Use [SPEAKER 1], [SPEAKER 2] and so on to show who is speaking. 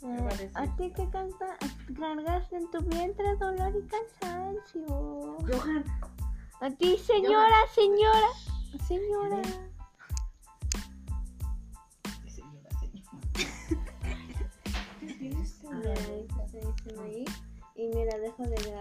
[SPEAKER 1] veces.
[SPEAKER 2] A ti que cansa, cargaste en tu vientre dolor y cansancio.
[SPEAKER 1] Johan,
[SPEAKER 2] A ti, señora, señora, señora.
[SPEAKER 1] señora, señora.
[SPEAKER 2] Mira, ahí está, se dice ahí. Y mira, dejo de